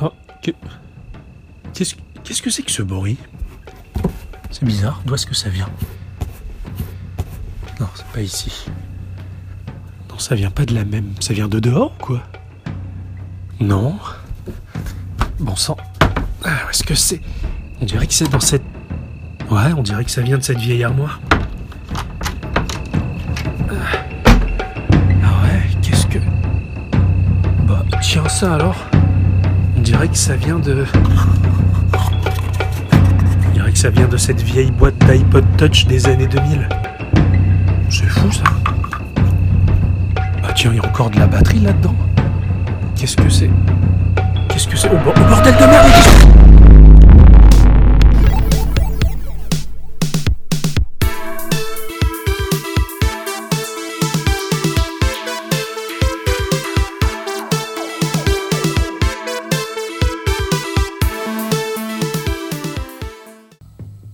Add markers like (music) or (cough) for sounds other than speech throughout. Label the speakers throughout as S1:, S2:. S1: Ah, Qu'est-ce qu'est-ce que c'est que ce bruit
S2: C'est bizarre, d'où est-ce que ça vient Non, c'est pas ici.
S1: Non, ça vient pas de la même. Ça vient de dehors ou quoi Non. Bon sang. Ah, où est-ce que c'est On dirait que c'est dans cette. Ouais, on dirait que ça vient de cette vieille armoire. Ah. Ah ouais, qu'est-ce que. Bah, tiens ça alors. On dirait que ça vient de. On dirait que ça vient de cette vieille boîte d'iPod Touch des années 2000. C'est fou ça. Ah tiens, il y a encore de la batterie là-dedans. Qu'est-ce que c'est Qu'est-ce que c'est oh, bo- oh, bordel de merde mais qu'est-ce que-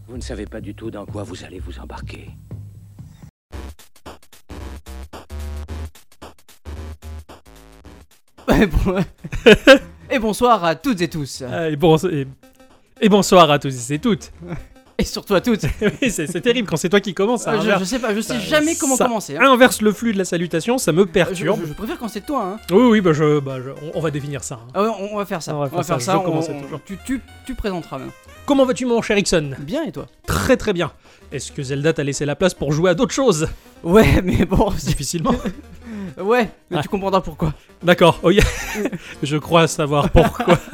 S3: Vous ne savez pas du tout dans quoi vous allez vous embarquer.
S4: (laughs) Et, bon- euh, Et bonsoir à toutes et tous.
S5: Ah, et, bon- et- et bonsoir à tous et toutes. (laughs)
S4: Et surtout à toutes.
S5: Oui, c'est c'est terrible quand c'est toi qui commence.
S4: Euh, je, je sais pas, je sais jamais comment commencer. hein.
S5: Inverse le flux de la salutation, ça me
S4: Je,
S5: perturbe.
S4: je- je préfère quand c'est toi. Hein.
S5: Oui, oui, bah je, bah je- on, on va définir ça. hein.
S4: Ah ouais, on, on va faire ça.
S5: On va faire ça, je
S4: on-
S5: commence
S4: on-
S5: toujours.
S4: tu, tu, tu présenteras maintenant.
S5: Comment vas-tu, mon cher Ixon
S4: Bien et toi
S5: Très très bien. Est-ce que Zelda t'a laissé la place pour jouer à d'autres choses (laughs)
S4: Ouais, (laughs) mais bon. c'est-
S5: Difficilement.
S4: Ouais, mais
S5: Ah.
S4: tu comprendras pourquoi.
S5: D'accord. oh, yeah. (laughs) je crois savoir pourquoi.
S4: (laughs)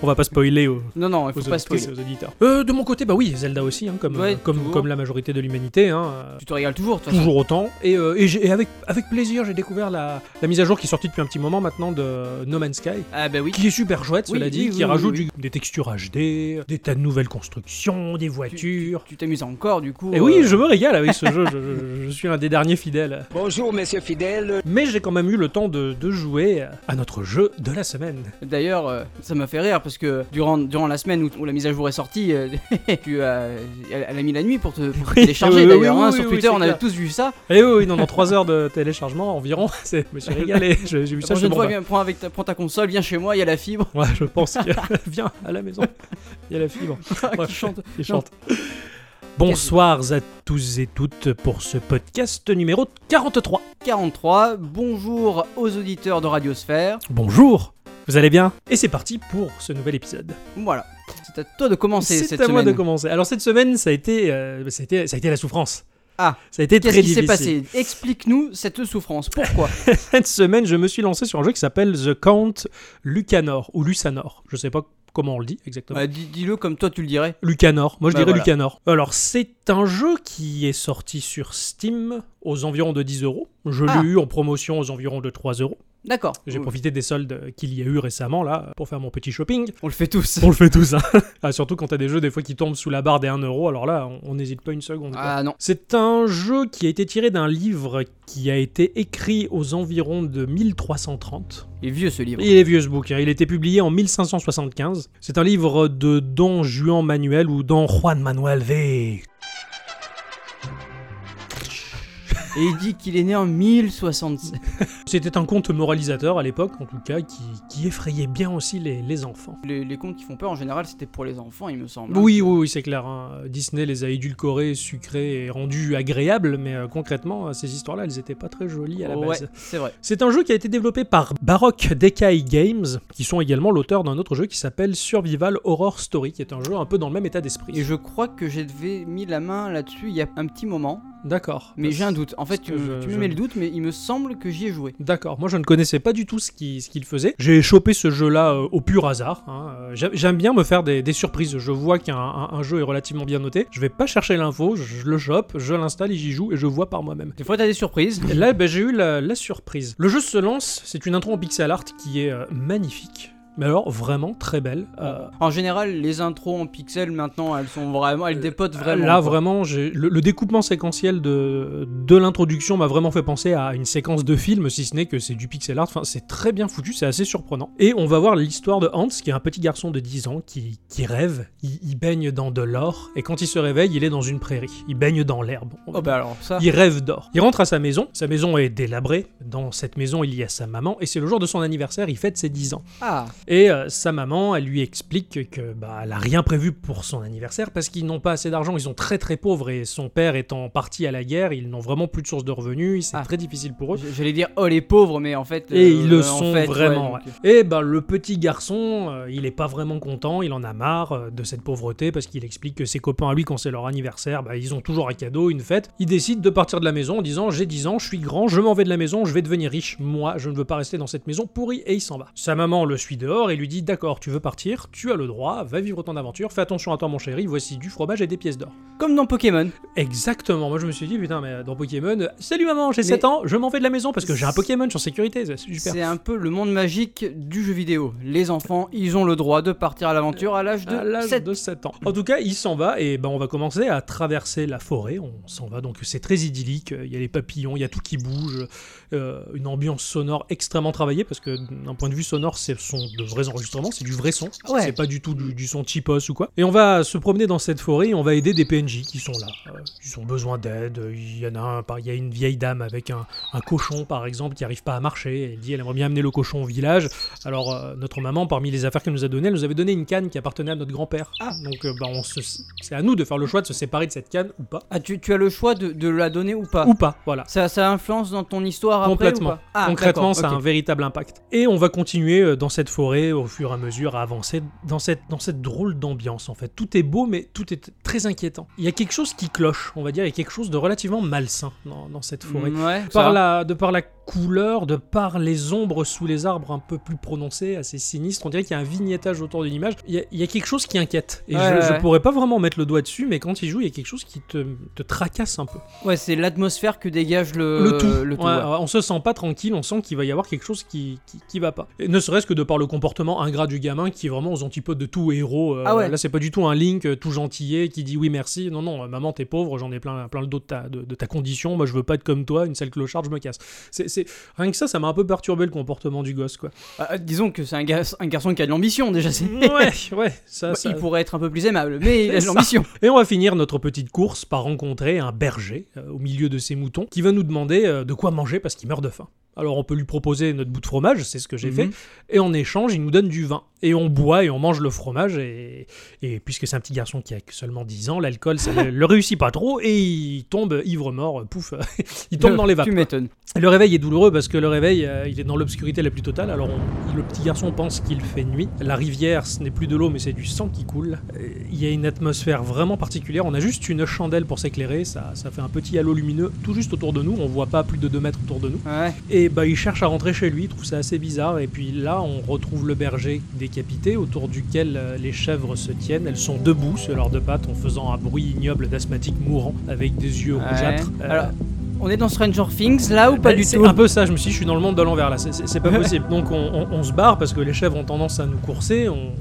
S5: on va pas spoiler aux,
S4: Non, non, il
S5: aux
S4: faut pas spoiler.
S5: auditrices et aux auditeurs. Euh, de mon côté, bah oui, Zelda aussi, hein, comme,
S4: Ouais,
S5: comme,
S4: toujours.
S5: comme la majorité de l'humanité. hein, euh,
S4: Tu te régales toujours, de toute façon.
S5: toujours autant. Et, euh, et j'ai- et avec, avec plaisir, j'ai découvert la, la mise à jour qui est sortie depuis un petit moment maintenant de No Man's Sky.
S4: Ah bah oui.
S5: Qui est super chouette,
S4: Oui,
S5: cela
S4: oui,
S5: dit,
S4: oui,
S5: qui
S4: oui,
S5: rajoute
S4: oui.
S5: du- des textures HD, des tas de nouvelles constructions, des voitures.
S4: Tu t'amuses encore du coup.
S5: Et Eh oui,
S4: euh,
S5: je me régale avec ce jeu, je, je- je suis un des derniers fidèles.
S3: Bonjour, messieurs fidèles.
S5: Mais j'ai quand même eu le temps de, de jouer à notre jeu de la semaine.
S4: D'ailleurs, euh, ça m'a fait rire parce que durant, durant la semaine où, où la mise à jour est sortie, euh, (laughs) tu as, elle, elle a mis la nuit pour te, pour te
S5: Oui,
S4: télécharger
S5: oui, oui,
S4: d'ailleurs.
S5: oui,
S4: hein,
S5: oui,
S4: sur
S5: oui,
S4: Twitter,
S5: c'est
S4: on avait
S5: clair.
S4: tous vu ça.
S5: Et oui, oui, non, dans 3 heures de téléchargement environ, (laughs) c'est- je me suis régalé, j'ai j'ai vu
S4: La
S5: ça sur
S4: prochaine
S5: mon
S4: fois, viens, prends, avec ta, prends ta console, viens chez moi, il y a la fibre (laughs)
S5: Ouais, je pense qu'il (laughs) vient à la maison. Il y a la fibre.
S4: qui chante.
S5: Il chante. Bonsoir à tous et toutes pour ce podcast numéro 43.
S4: 43, bonjour aux auditeurs de Radiosphère.
S5: Bonjour, vous allez bien Et c'est parti pour ce nouvel épisode.
S4: Voilà, c'est à toi de commencer
S5: C'est à
S4: cette semaine.
S5: moi de commencer. Alors cette semaine, ça a été, euh, ça a été, ça a été la souffrance.
S4: Ah,
S5: ça a été très
S4: Qu'est-ce qui
S5: difficile.
S4: s'est passé Explique-nous cette souffrance.
S5: (laughs)
S4: Pourquoi
S5: Cette semaine, je me suis lancé sur un jeu qui s'appelle The Count Lucanor ou Lucanor. Je sais pas comment on le dit exactement.
S4: Bah, dis- Dis-le comme toi tu le dirais.
S5: Lucanor, moi je
S4: Bah
S5: dirais
S4: voilà.
S5: Lucanor. Alors c'est un jeu qui est sorti sur Steam aux environs de 10 euros. Je l'ai
S4: Ah.
S5: eu en promotion aux environs de 3 euros.
S4: D'accord.
S5: J'ai
S4: On-
S5: profité des soldes qu'il y a eu récemment là pour faire mon petit shopping.
S4: On le fait tous.
S5: (laughs) On le fait tous, hein. Ah, surtout quand t'as des jeux des fois qui tombent sous la barre des 1 euro, alors là on on n'hésite pas une seconde. quoi.
S4: Ah non.
S5: C'est un jeu qui a été tiré d'un livre qui a été écrit aux environs de 1330.
S4: Il est vieux ce livre.
S5: Il est vieux ce bouquin, il a été publié en 1575. C'est un livre de Don Juan Manuel ou Don Juan Manuel V.
S4: Et il dit qu'il est né en 1067.
S5: C'était un conte moralisateur à l'époque, en tout cas, qui, qui effrayait bien aussi les, les enfants.
S4: Les, les contes qui font peur en général, c'était pour les enfants, il me semble.
S5: Oui, oui, oui, c'est clair. hein. Disney les a édulcorés, sucrés et rendus agréables, mais euh, concrètement, euh, ces histoires-là, elles n'étaient pas très jolies à la
S4: ouais,
S5: base.
S4: c'est vrai.
S5: C'est un jeu qui a été développé par Baroque Decay Games, qui sont également l'auteur d'un autre jeu qui s'appelle Survival Horror Story, qui est un jeu un peu dans le même état
S4: Et
S5: d'esprit.
S4: je crois que j'avais mis la main là-dessus il y a un petit moment,
S5: D'accord.
S4: mais j'ai un doute. En fait,
S5: parce
S4: tu,
S5: que
S4: me-
S5: je-
S4: tu me
S5: je-
S4: mets le doute, mais il me semble que j'y ai joué.
S5: D'accord, moi je ne connaissais pas du tout ce qu'il ce qu'il faisait. J'ai chopé ce jeu-là euh, au pur hasard. hein. Euh, j'a- J'aime bien me faire des, des surprises. Je vois qu'un un- un jeu est relativement bien noté. Je vais pas chercher l'info, je le chope, je l'installe et j'y joue et je vois par moi-même.
S4: Des fois, t'as des
S5: (laughs)
S4: surprises.
S5: Et Là, ben, j'ai eu la, la surprise. Le jeu se lance, c'est une intro en pixel art qui est euh, magnifique. Mais alors, vraiment très belle. Euh,
S4: En général, les intros en pixels maintenant, elles sont vraiment, elles dépotent vraiment.
S5: Euh, ah, Là,
S4: quoi.
S5: vraiment, j'ai- le, le découpement séquentiel de, de l'introduction m'a vraiment fait penser à une séquence de film, si ce n'est que c'est du pixel art. Enfin, c'est très bien foutu, c'est assez surprenant. Et on va voir l'histoire de Hans, qui est un petit garçon de 10 ans qui, qui rêve, il, il baigne dans de l'or, et quand il se réveille, il est dans une prairie, il baigne dans l'herbe. On va
S4: Oh bah alors ça.
S5: il rêve d'or. Il rentre à sa maison, sa maison est délabrée, dans cette maison il y a sa maman, et c'est le jour de son anniversaire, il fête ses 10 ans.
S4: Ah.
S5: Et euh, sa maman, elle lui explique que bah, elle a rien prévu pour son anniversaire parce qu'ils n'ont pas assez d'argent, ils sont très très pauvres et son père étant parti à la guerre, ils n'ont vraiment plus de source de revenus, c'est
S4: Ah.
S5: très difficile pour eux.
S4: J- J'allais dire oh les pauvres, mais en fait.
S5: Et
S4: euh,
S5: ils le
S4: en
S5: sont
S4: fait, ouais,
S5: vraiment.
S4: donc,
S5: ouais. Et ben le petit garçon, euh, il est pas vraiment content, il en a marre euh, de cette pauvreté parce qu'il explique que ses copains à lui, quand c'est leur anniversaire, bah, ils ont toujours un cadeau, une fête. Il décide de partir de la maison en disant j'ai 10 ans, je suis grand, je m'en vais de la maison, je vais devenir riche. Moi, je ne veux pas rester dans cette maison pourrie et il s'en va. Sa maman le suit dehors et lui dit d'accord, tu veux partir, tu as le droit, va vivre ton aventure, fais attention à toi mon chéri, voici du fromage et des pièces d'or.
S4: euh, Comme dans Pokémon.
S5: Exactement, moi je me suis dit putain mais dans Pokémon, euh, salut maman, j'ai
S4: Mais-
S5: 7 ans, je m'en vais de la maison parce que j'ai un Pokémon, je suis en sécurité, c'est super.
S4: C'est un peu le monde magique du jeu vidéo. Les enfants, ils ont le droit de partir à l'aventure à l'âge
S5: à
S4: de
S5: l'âge
S4: 7
S5: de 7 ans. En tout cas, il s'en va et ben on va commencer à traverser la forêt. On s'en va donc c'est très idyllique. Il y a les papillons, il y a tout qui bouge, euh, une ambiance sonore extrêmement travaillée parce que d'un point de vue sonore, ce sont de vrais enregistrements, c'est du vrai son.
S4: ouais.
S5: C'est pas du tout du, du son cheapos ou quoi. Et on va se promener dans cette forêt et on va aider des PNJ qui sont là. Euh, ils ont besoin d'aide. Il y en a un, par- il y a une vieille dame avec un, un cochon par exemple qui arrive pas à marcher. Elle dit elle aimerait bien amener le cochon au village. Alors, euh, notre maman, parmi les affaires qu'elle nous a données, elle nous avait donné une canne qui appartenait à notre grand-père.
S4: Ah.
S5: Donc, euh, bah, on se- c'est à nous de faire le choix de se séparer de cette canne ou pas.
S4: Ah, tu, tu as le choix de, de la donner ou pas.
S5: Ou pas, voilà.
S4: Ça, ça influence dans ton histoire après
S5: Complètement.
S4: ou pas Ah,
S5: Concrètement,
S4: d'accord,
S5: ça a un
S4: ok.
S5: véritable impact. Et on va continuer euh, dans cette forêt au fur et à mesure à avancer dans cette, dans cette drôle d'ambiance en fait. Tout est beau mais tout est très inquiétant. Il y a quelque chose qui cloche, on va dire, il y a quelque chose de relativement malsain dans, dans cette forêt.
S4: Mm, Ouais,
S5: De par
S4: ça.
S5: la, de par la couleur, de par les ombres sous les arbres un peu plus prononcées, assez sinistres, on dirait qu'il y a un vignettage autour de l'image. Il y, a- il y a quelque chose qui inquiète. Et
S4: Ouais,
S5: je,
S4: ouais,
S5: je
S4: ouais.
S5: pourrais pas vraiment mettre le doigt dessus, mais quand il joue, il y a quelque chose qui te, te tracasse un peu.
S4: Ouais, c'est l'atmosphère que dégage Euh, le,
S5: Le tout. Ouais,
S4: ouais.
S5: ouais, On se sent pas tranquille, on sent qu'il va y avoir quelque chose qui, qui, qui va pas. Et ne serait-ce que de par le comportement ingrat du gamin qui est vraiment aux antipodes de tout héros. euh,
S4: Ah ouais.
S5: Là, c'est pas du tout un Link euh, tout gentillet qui dit oui merci. Non, non, euh, maman, t'es pauvre, j'en ai plein, plein le dos de ta, de, de ta condition. Moi, je veux pas être comme toi, une sale clocharde, je me casse. C'est, c'est- Rien que ça, ça m'a un peu perturbé le comportement du gosse, quoi.
S4: Ah, disons que c'est un, gar- un garçon qui a de l'ambition déjà. c'est-
S5: ouais, ouais, ça,
S4: Bah,
S5: ça-
S4: Il pourrait être un peu plus aimable, mais il a de
S5: C'est ça.
S4: l'ambition.
S5: Et on va finir notre petite course par rencontrer un berger euh, au milieu de ses moutons qui va nous demander euh, de quoi manger parce qu'il meurt de faim. Alors on peut lui proposer notre bout de fromage, c'est ce que j'ai fait,
S4: Mhm.
S5: et en échange il nous donne du vin. Et on boit et on mange le fromage, et, et puisque c'est un petit garçon qui a que seulement 10 ans, l'alcool ça ne le réussit pas trop, et il tombe ivre-mort, euh, pouf, (laughs) il (laughs) tombe dans les vapes.
S4: Tu m'étonnes.
S5: Le réveil est douloureux parce que le réveil, euh, il est dans l'obscurité la plus totale. Alors on- le petit garçon pense qu'il fait nuit. La rivière, ce n'est plus de l'eau, mais c'est du sang qui coule. Euh, Il y a une atmosphère vraiment particulière. On a juste une chandelle pour s'éclairer. Ça, ça fait un petit halo lumineux tout juste autour de nous. On voit pas plus de 2 mètres autour de nous.
S4: Ouais.
S5: Et bah il cherche à rentrer chez lui. Il trouve ça assez bizarre. Et puis là, on retrouve le berger décapité autour duquel euh, les chèvres se tiennent. Elles sont debout sur leurs deux pattes en faisant un bruit ignoble d'asthmatique mourant avec des yeux
S4: Ouais.
S5: rougeâtres. Euh,
S4: Alors, on est dans Stranger Things là ou pas
S5: ben,
S4: du
S5: c'est
S4: tout
S5: un peu ça, je me suis dit, je suis dans le monde de l'envers là, c'est- c'est c'est pas possible. Donc on, on- on se barre parce que les chèvres ont tendance à nous courser, on,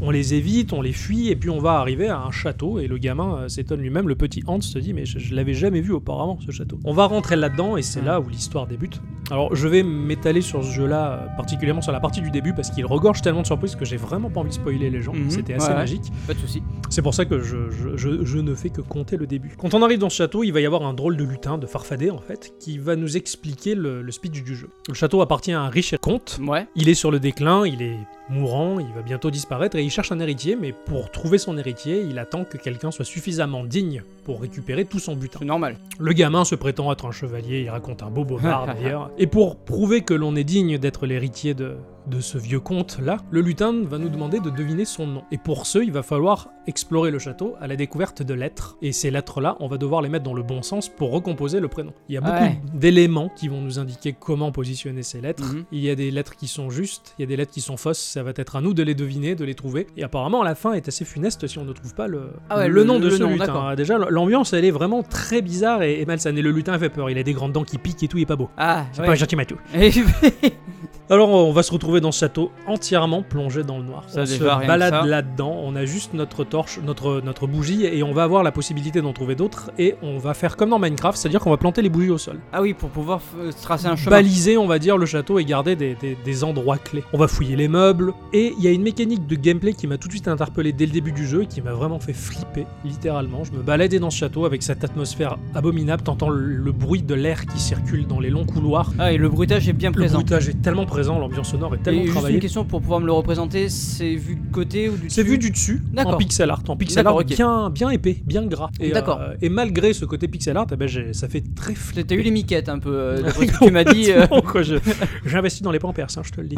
S5: on- on les évite, on les fuit, et puis on va arriver à un château, et le gamin euh, s'étonne lui-même, le petit Hans se dit, mais je, je l'avais jamais vu auparavant ce château. On va rentrer là-dedans, et c'est
S4: Mm.
S5: là où l'histoire débute. Alors je vais m'étaler sur ce jeu-là, euh, particulièrement sur la partie du début, parce qu'il regorge tellement de surprises que j'ai vraiment pas envie de spoiler les gens,
S4: Mhm.
S5: c'était assez
S4: Ouais, ouais.
S5: magique.
S4: Pas de soucis.
S5: C'est pour ça que je, je- je- je ne fais que compter le début. Quand on arrive dans ce château, il va y avoir un drôle de lutin, de farfadet en fait, qui va nous expliquer le, le speech du jeu. Le château appartient à un riche comte.
S4: Ouais.
S5: Il est sur le déclin, il est mourant, il va bientôt disparaître et il cherche un héritier, mais pour trouver son héritier, il attend que quelqu'un soit suffisamment digne pour récupérer tout son butin.
S4: C'est normal.
S5: Le gamin se prétend être un chevalier, il raconte un
S4: (laughs)
S5: beau bobard d'ailleurs. Et pour prouver que l'on est digne d'être l'héritier de, de ce vieux comte là, le lutin va nous demander de deviner son nom. Et pour ce, il va falloir explorer le château à la découverte de lettres. Et ces lettres là, on va devoir les mettre dans le bon sens pour recomposer le prénom. Il y a beaucoup
S4: Ouais.
S5: d'éléments qui vont nous indiquer comment positionner ces lettres.
S4: Mhm.
S5: Il y a des lettres qui sont justes, il y a des lettres qui sont fausses, ça va être à nous de les deviner, de les trouver. Et apparemment, la fin est assez funeste si on ne trouve pas le,
S4: Ah ouais,
S5: le,
S4: le-
S5: nom de
S4: le
S5: ce
S4: nom,
S5: lutin.
S4: d'accord.
S5: Déjà, l'ambiance, elle est vraiment très bizarre et, et malsaine. Et le lutin fait peur, il a des grandes dents qui piquent et tout, il est pas beau.
S4: Ah,
S5: C'est
S4: ouais.
S5: pas un gentil Mathieu. Alors, on va se retrouver dans ce château entièrement plongé dans le noir.
S4: Ça,
S5: on
S4: déjà,
S5: se
S4: rien que ça.
S5: balade là-dedans, on a juste notre torche, notre, notre bougie, et on va avoir la possibilité d'en trouver d'autres. Et on va faire comme dans Minecraft, c'est-à-dire qu'on va planter les bougies au sol.
S4: (laughs) ah oui, pour pouvoir euh, tracer un chemin.
S5: baliser, on va dire, le château et garder des, des- des endroits clés. On va fouiller les meubles. Et il y a une mécanique de gameplay qui m'a tout de suite interpellé dès le début du jeu et qui m'a vraiment fait flipper, littéralement. Je me baladais dans ce château avec cette atmosphère abominable, t'entends le, le bruit de l'air qui circule dans les longs couloirs.
S4: Ah, et le bruitage est bien
S5: Le
S4: présent.
S5: bruitage est tellement présent, l'ambiance sonore est tellement
S4: Et juste une
S5: travaillée.
S4: question pour pouvoir me le représenter, c'est vu de côté ou du
S5: C'est
S4: dessus
S5: vu du dessus, en
S4: D'accord.
S5: pixel art, en pixel art
S4: D'accord, ok.
S5: bien, bien épais, bien gras. Et,
S4: D'accord.
S5: euh, et malgré ce côté pixel art, eh ben, j'ai- ça fait très
S4: T'as
S5: flipper.
S4: t'as eu les miquettes un peu, euh,
S5: (laughs)
S4: d'après ce que tu m'as dit. euh,
S5: Complètement, quoi, je- (laughs) J'investis dans les plans perses, hein, je te (laughs) le dis.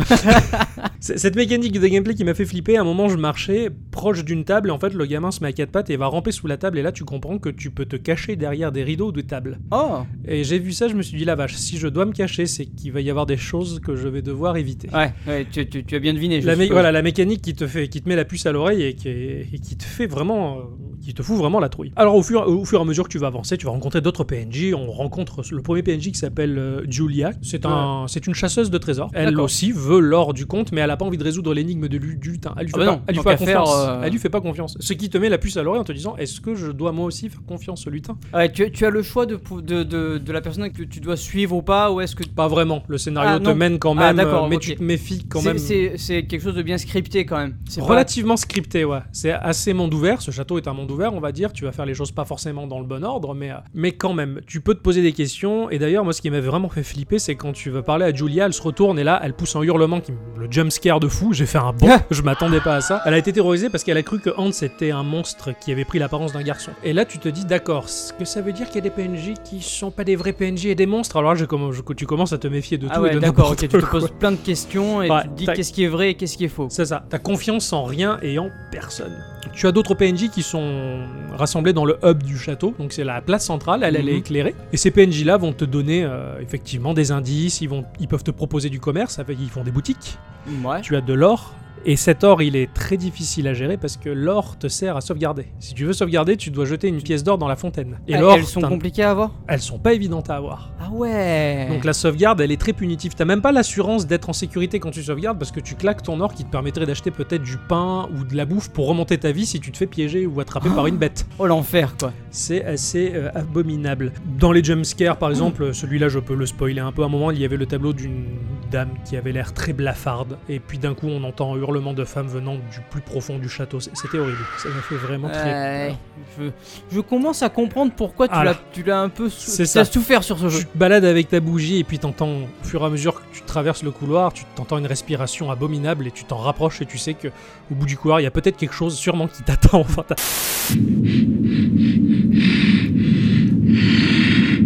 S5: C'est- Cette mécanique de gameplay qui m'a fait flipper, à un moment je marchais proche d'une table et en fait le gamin se met à quatre pattes et va ramper sous la table et là tu comprends que tu peux te cacher derrière des rideaux ou des tables.
S4: Oh
S5: Et j'ai vu ça, je me suis dit la vache, si je dois me cacher, c'est qu'il va y avoir des choses que je vais devoir éviter.
S4: Ouais, ouais, tu, tu- tu as bien deviné. je
S5: La mé-
S4: suppose.
S5: voilà la mécanique qui te fait qui te met la puce à l'oreille et qui, est- et qui te fait vraiment euh, qui te fout vraiment la trouille. Alors au fur, au fur et à mesure que tu vas avancer, tu vas rencontrer d'autres PNJ, on rencontre le premier PNJ qui s'appelle euh, Julia, c'est un c'est une chasseuse de trésors. Elle
S4: D'accord.
S5: aussi veut l'or du compte mais elle a pas envie de résoudre l'énigme de lu- du tain. Elle lui
S4: Ah
S5: fait
S4: bah
S5: pas,
S4: non,
S5: elle lui
S4: tant
S5: fait pas
S4: qu'à faire,
S5: confiance.
S4: euh,
S5: Elle lui fait pas confiance. Ce qui te met la puce à l'oreille en te disant est-ce que je dois moi aussi faire confiance au lutin
S4: Ouais, tu, tu as le choix de, pou- de, de, de la personne que tu dois suivre ou pas, ou est-ce que.
S5: Pas vraiment, le scénario
S4: Ah,
S5: te
S4: non.
S5: mène quand
S4: Ah,
S5: même euh,
S4: d'accord,
S5: mais
S4: ok.
S5: tu te méfies quand
S4: C'est-
S5: même.
S4: C'est c'est quelque chose de bien scripté quand même. C'est pas-
S5: relativement scripté, ouais. C'est assez monde ouvert. Ce château est un monde ouvert, on va dire. Tu vas faire les choses pas forcément dans le bon ordre, mais, euh, mais quand même, tu peux te poser des questions. Et d'ailleurs, moi, ce qui m'avait vraiment fait flipper, c'est quand tu vas parler à Julia, elle se retourne et là, elle pousse un hurlement qui m- le jump scare de fou. J'ai fait un bond. je m'attendais pas à ça. Elle a été terrorisée parce qu'elle a cru que Hans était un monstre qui avait pris l'apparence d'un garçon. Et là, tu te dis, d'accord, ce que ça veut dire qu'il y a des PNJ qui sont pas des vrais PNJ et des monstres. Alors là, je, comm- je- tu commences à te méfier de tout
S4: Ah
S5: et
S4: ouais,
S5: de
S4: d'accord, ok,
S5: n'importe
S4: tu te
S5: quoi.
S4: poses plein de questions et
S5: Ouais,
S4: tu te dis
S5: tac.
S4: qu'est-ce qui est vrai et qu'est-ce qui est faux.
S5: C'est ça, t'as confiance en rien et en personne. Tu as d'autres PNJ qui sont rassemblés dans le hub du château, donc c'est la place centrale, elle, elle est
S4: Mhm.
S5: éclairée. Et ces PNJ là vont te donner euh, effectivement des indices, ils, vont, ils peuvent te proposer du commerce, avec- ils font des boutiques,
S4: Ouais.
S5: tu as de l'or. Et cet or, il est très difficile à gérer parce que l'or te sert à sauvegarder. Si tu veux sauvegarder, tu dois jeter une pièce d'or dans la fontaine. Et
S4: Ah,
S5: l'or,
S4: Elles sont
S5: t'as-
S4: compliquées à avoir
S5: elles sont pas évidentes à avoir.
S4: Ah ouais
S5: Donc la sauvegarde, elle est très punitive. T'as même pas l'assurance d'être en sécurité quand tu sauvegardes parce que tu claques ton or qui te permettrait d'acheter peut-être du pain ou de la bouffe pour remonter ta vie si tu te fais piéger ou attraper par une bête.
S4: Oh l'enfer quoi.
S5: C'est assez euh, abominable. Dans les jumpscares, par exemple, euh, celui-là, je peux le spoiler un peu. À un moment, il y avait le tableau d'une dame qui avait l'air très blafarde et puis d'un coup, on entend un hurlement de femme venant du plus profond du château. C- C'était horrible. Ça m'a fait vraiment très
S4: Ouais,
S5: peur.
S4: je, je commence à comprendre pourquoi tu
S5: Ah là.
S4: l'as tu l'as un peu sou-
S5: C'est
S4: t'as
S5: ça.
S4: souffert sur ce jeu.
S5: Tu te balades avec ta bougie et puis t'entends, au fur et à mesure que tu traverses le couloir, tu t'entends une respiration abominable et tu t'en rapproches et tu sais que au bout du couloir, il y a peut-être quelque chose sûrement qui t'attend. (laughs) Enfin, t'as-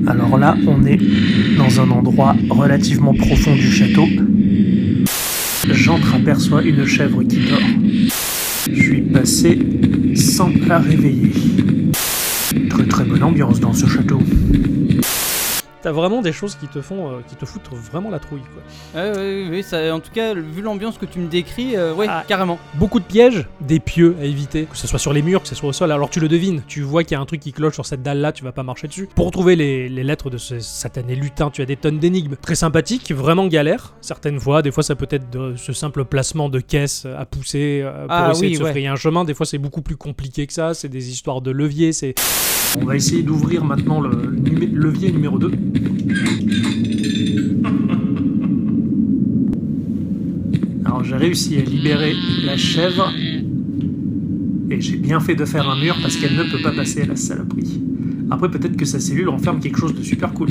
S2: Alors là, on est dans un endroit relativement profond du château. J'entre aperçois une chèvre qui dort. Je suis passé sans la réveiller. Très très bonne ambiance dans ce château.
S5: t'as vraiment des choses qui te font, euh, qui te foutent vraiment la trouille. quoi.
S4: Ouais, ouais, ouais, ça- en tout cas, vu l'ambiance que tu me décris, euh, ouais,
S5: Ah.
S4: carrément.
S5: Beaucoup de pièges, des pieux à éviter, que ce soit sur les murs, que ce soit au sol. Alors tu le devines, tu vois qu'il y a un truc qui cloche sur cette dalle là, tu vas pas marcher dessus. Pour retrouver les, les lettres de ce satané lutin, tu as des tonnes d'énigmes. Très sympathiques, vraiment galère, certaines fois. Des fois, ça peut être de- ce simple placement de caisse à pousser euh, pour
S4: Ah
S5: essayer
S4: oui,
S5: de se
S4: ouais.
S5: frayer un chemin. Des fois, c'est beaucoup plus compliqué que ça. C'est des histoires de levier, c'est.
S2: On va essayer d'ouvrir maintenant le numé- levier numéro 2. Alors j'ai réussi à libérer la chèvre. Et j'ai bien fait de faire un mur parce qu'elle ne peut pas passer à la saloperie. Après peut-être que sa cellule renferme quelque chose de super cool.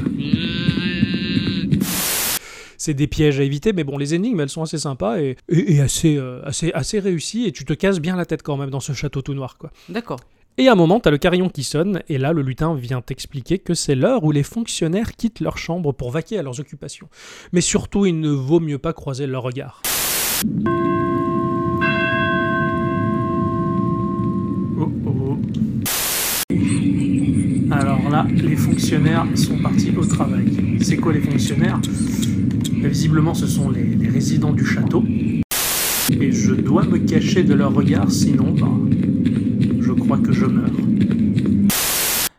S5: c'est des pièges à éviter, mais bon, les énigmes, elles sont assez sympas et, et- et assez, euh, assez, assez réussies, et tu te casses bien la tête quand même dans ce château tout noir, quoi.
S4: D'accord.
S5: Et à un moment, t'as le carillon qui sonne, et là, le lutin vient t'expliquer que c'est l'heure où les fonctionnaires quittent leur chambre pour vaquer à leurs occupations. Mais surtout, il ne vaut mieux pas croiser leur regard.
S2: Oh, oh, oh. Alors là, les fonctionnaires sont partis au travail. C'est quoi les fonctionnaires Mais Visiblement, ce sont les, les résidents du château. Et je dois me cacher de leur regard, sinon, ben, je crois que je meurs.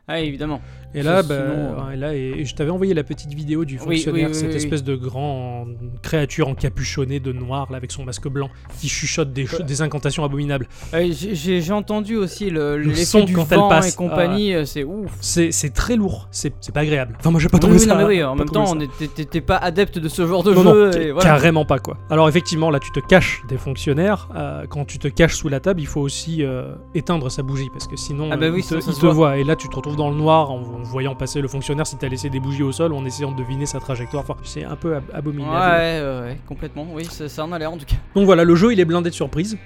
S4: Ah, évidemment.
S5: Et là,
S4: Ça,
S5: bah,
S4: sinon, euh,
S5: ouais, là et, et je t'avais envoyé la petite vidéo du
S4: Oui,
S5: fonctionnaire,
S4: oui, oui,
S5: cette
S4: oui,
S5: espèce de grand créature encapuchonnée de noir, là, avec son masque blanc, qui chuchote des, cho-
S4: Ouais.
S5: des incantations abominables.
S4: Ouais, Euh, j'ai- J'ai j'ai entendu aussi le,
S5: Le
S4: l'effet
S5: son
S4: du
S5: quand elle
S4: vent
S5: passe. Ah
S4: et compagnie, euh, c'est ouf.
S5: C'est c'est très lourd, c'est c'est pas agréable. Enfin, moi, j'ai pas
S4: Oui,
S5: trouvé
S4: oui,
S5: ça.
S4: non, mais oui,
S5: pas
S4: en même
S5: trouvé
S4: temps,
S5: ça.
S4: on était- t'étais pas adepte de ce genre de
S5: Non,
S4: jeu.
S5: non,
S4: et
S5: ca-
S4: voilà.
S5: carrément pas quoi. Alors effectivement, là tu te caches des fonctionnaires. euh, quand tu te caches sous la table, il faut aussi euh, éteindre sa bougie parce que sinon
S4: Ah bah
S5: euh,
S4: oui,
S5: il te,
S4: sinon, ça
S5: il
S4: se
S5: te
S4: voit.
S5: voit. Et là tu te retrouves dans le noir, en, en voyant passer le fonctionnaire si t'as laissé des bougies au sol, en essayant de deviner sa trajectoire. Enfin, c'est un peu ab-
S4: Ouais,
S5: abominable.
S4: ouais, ouais, complètement. Oui, ça, ça en a l'air en tout cas.
S5: Donc voilà, le jeu il est blindé de surprises.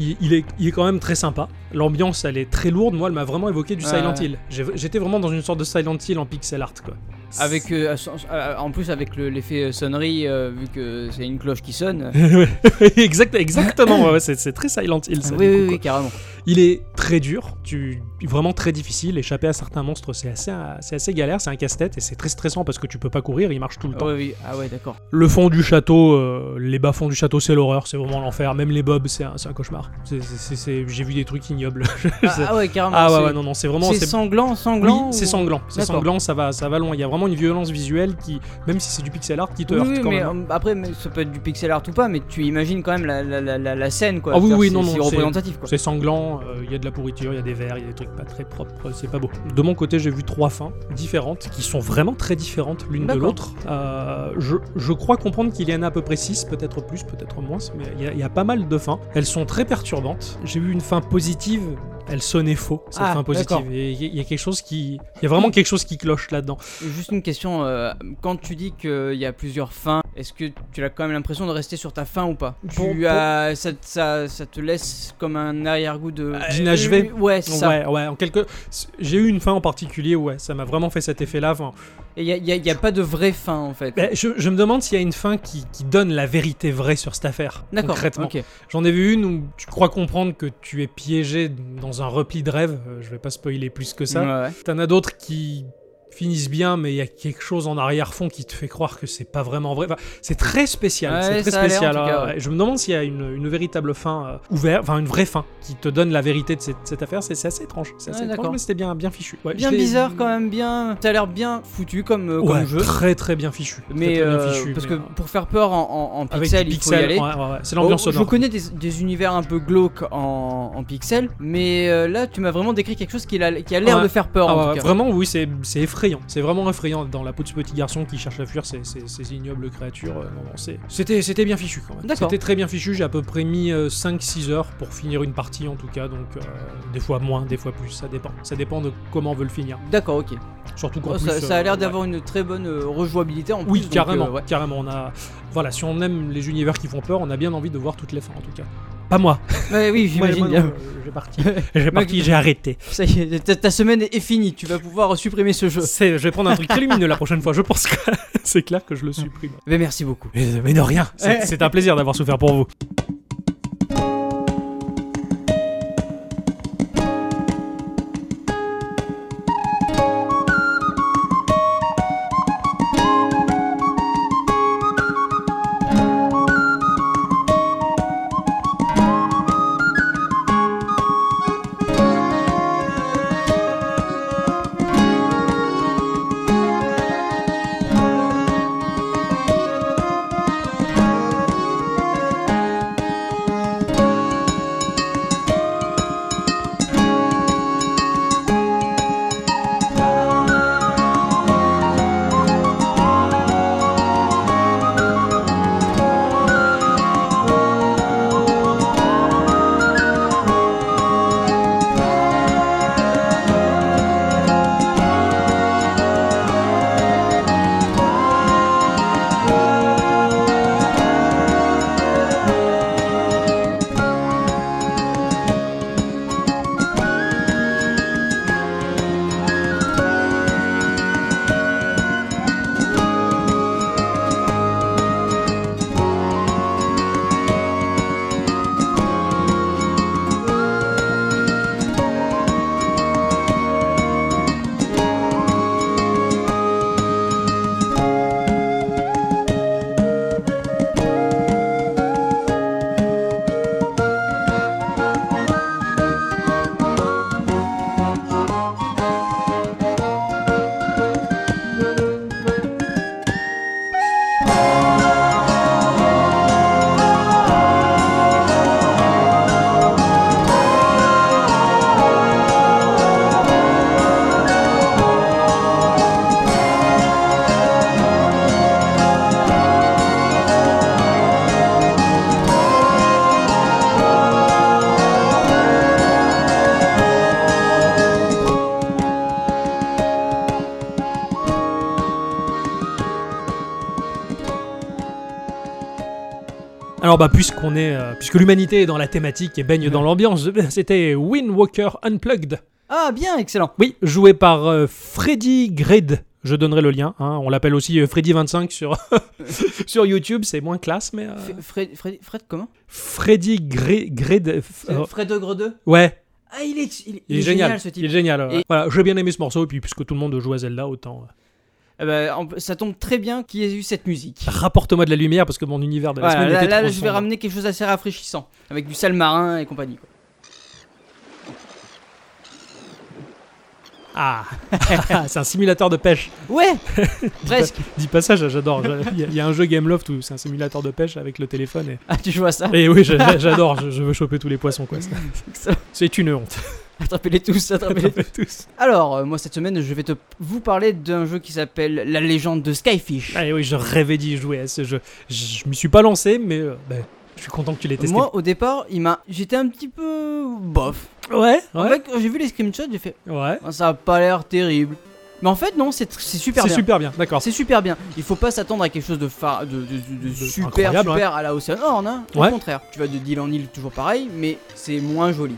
S5: Il, il est, il est quand même très sympa. L'ambiance elle est très lourde. Moi elle m'a vraiment évoqué du
S4: Ouais,
S5: Silent
S4: ouais.
S5: Hill. J'ai- J'étais vraiment dans une sorte de Silent Hill en pixel art quoi.
S4: Avec, euh, sans- euh, en plus, avec le- l'effet sonnerie, euh, vu que c'est une cloche qui sonne.
S5: (laughs) Ouais, exact, exactement, ouais, ouais, c'est c'est très Silent Hill.
S4: Ah
S5: (laughs) ça,
S4: oui,
S5: du coup,
S4: oui,
S5: quoi.
S4: oui, carrément.
S5: Il est très dur, tu, vraiment très difficile. Échapper à certains monstres, c'est assez, c'est assez galère, c'est un casse-tête et c'est très stressant parce que tu peux pas courir, il marche tout le
S4: Ah
S5: temps.
S4: oui, oui. Ah ouais, d'accord.
S5: Le fond du château, euh, les bas-fonds du château, c'est l'horreur, c'est vraiment l'enfer. Même les bobs, c'est un, c'est un cauchemar. C'est- c'est- c'est- c'est- J'ai vu des trucs ignobles. (laughs) (laughs) Je
S4: Ah,
S5: sais.
S4: ah ouais, carrément.
S5: Ah ouais,
S4: c'est-
S5: ouais, non, non, c'est vraiment.
S4: C'est
S5: c'est-
S4: sanglant,
S5: oui,
S4: sanglant.
S5: c'est
S4: ou-
S5: sanglant, c'est
S4: D'accord.
S5: sanglant, ça va, ça va loin. Il y a vraiment une violence visuelle qui, même si c'est du pixel art, qui te
S4: Oui,
S5: heurte
S4: oui,
S5: quand
S4: mais
S5: même. hein.
S4: euh, après, mais ça peut être du pixel art ou pas, mais tu imagines quand même la, la- la- la- la scène, quoi.
S5: Ah oui,
S4: C'est-à-dire
S5: oui,
S4: c'est-
S5: non, non,
S4: c'est
S5: c'est-
S4: représentatif, quoi.
S5: C'est sanglant, euh, il y a de la pourriture, il y a des verres, il y a des trucs pas très propres, c'est pas beau. De mon côté, j'ai vu trois fins différentes qui sont vraiment très différentes l'une de
S4: D'accord.
S5: l'autre. Euh, je, je crois comprendre qu'il y en a à peu près six, peut-être plus, peut-être moins, mais il y a- il y, a pas mal de fins. Elles sont très perturbantes. J'ai vu une fin positive. Elle sonnait faux, cette
S4: Ah,
S5: fin
S4: d'accord.
S5: positive. Et Il y a- il y a quelque chose qui. Il y a vraiment quelque chose qui cloche là-dedans.
S4: Juste une question, euh, quand tu dis qu'il y a plusieurs fins, est-ce que tu as quand même l'impression de rester sur ta fin ou pas
S5: Pour-
S4: tu
S5: pour- Euh,
S4: as, ça, ça- ça te laisse comme un arrière-goût de.
S5: d'inachevé.
S4: Ouais, c'est ça.
S5: Ouais, ouais, en quelque. J'ai eu une fin en particulier, ouais, ça m'a vraiment fait cet effet-là. Enfin,
S4: Et il n'y a, y a pas de vraie fin en fait.
S5: Ben, je, je me demande s'il y a une fin qui, qui donne la vérité vraie sur cette affaire.
S4: D'accord,
S5: Concrètement.
S4: ok.
S5: J'en ai vu une où tu crois comprendre que tu es piégé dans un repli de rêve. Euh, je vais pas spoiler plus que ça.
S4: Ouais, ouais.
S5: T'en as d'autres qui finissent bien, mais il y a quelque chose en arrière-fond qui te fait croire que c'est pas vraiment vrai. Enfin, c'est très spécial.
S4: Ouais,
S5: c'est très
S4: ça a l'air,
S5: spécial.
S4: en tout cas,
S5: hein.
S4: ouais.
S5: Je me demande s'il y a une, une véritable fin euh, ouverte, enfin une vraie fin qui te donne la vérité de cette, cette affaire. C'est c'est assez étrange. C'est
S4: Ouais,
S5: assez étrange,
S4: d'accord.
S5: mais c'était bien, bien fichu. Ouais,
S4: Bien
S5: je l'ai-
S4: bizarre quand même, bien. Ça a l'air bien foutu comme, euh, comme
S5: Ouais,
S4: jeu.
S5: très très bien fichu. Très,
S4: Mais
S5: très bien
S4: euh,
S5: fichu,
S4: parce
S5: mais,
S4: que
S5: euh,
S4: pour faire peur en, en- en
S5: avec
S4: pixel,
S5: du
S4: il
S5: pixel,
S4: faut y aller.
S5: ouais, ouais, ouais, c'est l'ambiance
S4: Oh,
S5: sonore.
S4: Je connais des, des univers un peu glauques en, en pixel, mais euh, là tu m'as vraiment décrit quelque chose qui a, qui a l'air
S5: Ouais.
S4: de faire peur
S5: Ah
S4: en
S5: ouais,
S4: tout cas.
S5: vraiment, oui, c'est c'est effrayant. C'est vraiment effrayant dans la peau de ce petit garçon qui cherche à fuir ces, ces- ces ignobles créatures. Euh, non, non, c'est- C'était c'était bien fichu quand même.
S4: D'accord.
S5: C'était très bien fichu. J'ai à peu près mis 5-6 heures pour finir une partie en tout cas. Donc euh, des fois moins, des fois plus. Ça dépend. Ça dépend de comment on veut le finir.
S4: D'accord, ok.
S5: Surtout qu'en
S4: Oh,
S5: plus,
S4: ça, ça a
S5: euh,
S4: l'air
S5: ouais.
S4: d'avoir une très bonne euh, rejouabilité en
S5: Oui,
S4: plus. donc, euh,
S5: carrément,
S4: ouais. (laughs)
S5: carrément. On a, voilà, si on aime les univers qui font peur, on a bien envie de voir toutes les fins en tout cas. Pas moi.
S4: Ouais, oui,
S5: Moi,
S4: (laughs) j'imagine
S5: moi,
S4: bien.
S5: non, euh, J'ai parti.
S4: (laughs)
S5: J'ai parti. J'ai arrêté.
S4: Ça y est, ta, ta semaine est finie, tu vas pouvoir supprimer ce jeu.
S5: C'est- Je vais prendre un truc très lumineux la prochaine fois. Je pense que (laughs) c'est clair que je le supprime.
S4: Mais merci beaucoup.
S5: Mais, mais de rien, c'est
S4: Eh.
S5: c'est un plaisir d'avoir souffert pour vous. Alors bah puisqu'on est, euh, puisque l'humanité est dans la thématique et baigne dans l'ambiance, eh c'était Wind Walker Unplugged.
S4: Ah, bien, excellent.
S5: Oui, joué par euh, Freddy Grid. Je donnerai le lien. hein. On l'appelle aussi euh, Freddy25 sur, (laughs) sur YouTube. C'est moins classe, mais. euh,
S4: F- Fred, Fred, Fred, comment
S5: Freddy Gri- Grid. euh, f-
S4: C'est
S5: euh,
S4: Fred de Gredeux
S5: ouais,
S4: Ah, il est, il,
S5: il est génial.
S4: ce type.
S5: Il est génial. ouais.
S4: Et-
S5: Voilà, j'ai bien aimé ce morceau. Et puis, puisque tout le monde joue à Zelda, autant. euh,
S4: Eh ben, en- ça tombe très bien qu'il y ait eu cette musique.
S5: Rapporte-moi de la lumière parce que mon univers de Ah, bah, la
S4: Voilà,
S5: semaine
S4: là,
S5: était
S4: là,
S5: trop
S4: je vais
S5: sombre.
S4: ramener quelque chose d'assez rafraîchissant, avec du salmarin et compagnie.
S5: (laughs)
S4: quoi.
S5: Ah, (laughs) c'est un simulateur de pêche.
S4: Ouais, presque.
S5: Dis pas ça, j'a- j'adore. (laughs) J'a- Il y, a- il y a un jeu Gameloft où c'est un simulateur de pêche avec le téléphone. Et,
S4: Ah, tu vois ça
S5: et oui, j'a- j'a- j'adore. Je, je veux choper tous les poissons, (laughs) quoi.
S4: Excellent.
S5: C'est une honte. (laughs)
S4: Attrapez-les tous, attrapez-les tous. Alors, euh, moi cette semaine, je vais te vous parler d'un jeu qui s'appelle La Légende de Skyfish.
S5: Ah oui, je rêvais d'y jouer à ce jeu. Je, je m'y suis pas lancé, mais euh, bah, je suis content que tu l'aies testé.
S4: Moi, au départ, il m'a, j'étais un petit peu bof.
S5: ouais,
S4: En
S5: ouais,
S4: fait, quand j'ai vu les screenshots, j'ai fait,
S5: ouais.
S4: Ah, ça a pas l'air terrible. Mais en fait, non, c'est tr- c'est super
S5: C'est
S4: bien.
S5: super bien, d'accord.
S4: C'est super bien. Il faut pas s'attendre à quelque chose de, fa- de, de- de- de super
S5: incroyable,
S4: super à la Ocean Horn. hein. Au
S5: Ouais.
S4: contraire, tu vas de deal en île toujours pareil, mais c'est moins joli.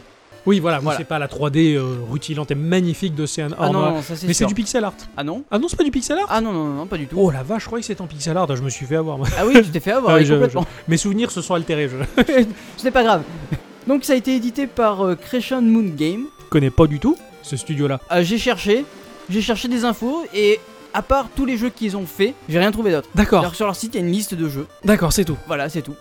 S5: Oui, voilà, oui,
S4: Voilà.
S5: c'est pas la 3D euh, rutilante et magnifique d'Océan
S4: Ah non,
S5: Horn.
S4: non, ça c'est
S5: Oh, mais c'est
S4: sûr.
S5: du pixel art.
S4: Ah non
S5: Ah non, c'est pas du pixel art
S4: Ah non, non, non, non, pas
S5: (laughs)
S4: du tout.
S5: Oh la vache, je croyais que c'était en pixel art, je me suis fait avoir. moi.
S4: Ah oui, tu t'es fait avoir
S5: Ah oui,
S4: oui,
S5: je-
S4: complètement.
S5: Mes souvenirs se sont altérés, je (laughs)
S4: Ce n'est pas grave. (laughs) Donc ça a été édité par euh, Crescent Moon Game.
S5: connais pas du tout ce studio-là.
S4: Euh, j'ai cherché, j'ai cherché des infos et à part tous les jeux qu'ils ont fait, j'ai rien trouvé d'autre.
S5: D'accord,
S4: Alors sur leur site, il y a une liste de jeux.
S5: d'accord, c'est tout.
S4: Voilà, c'est tout.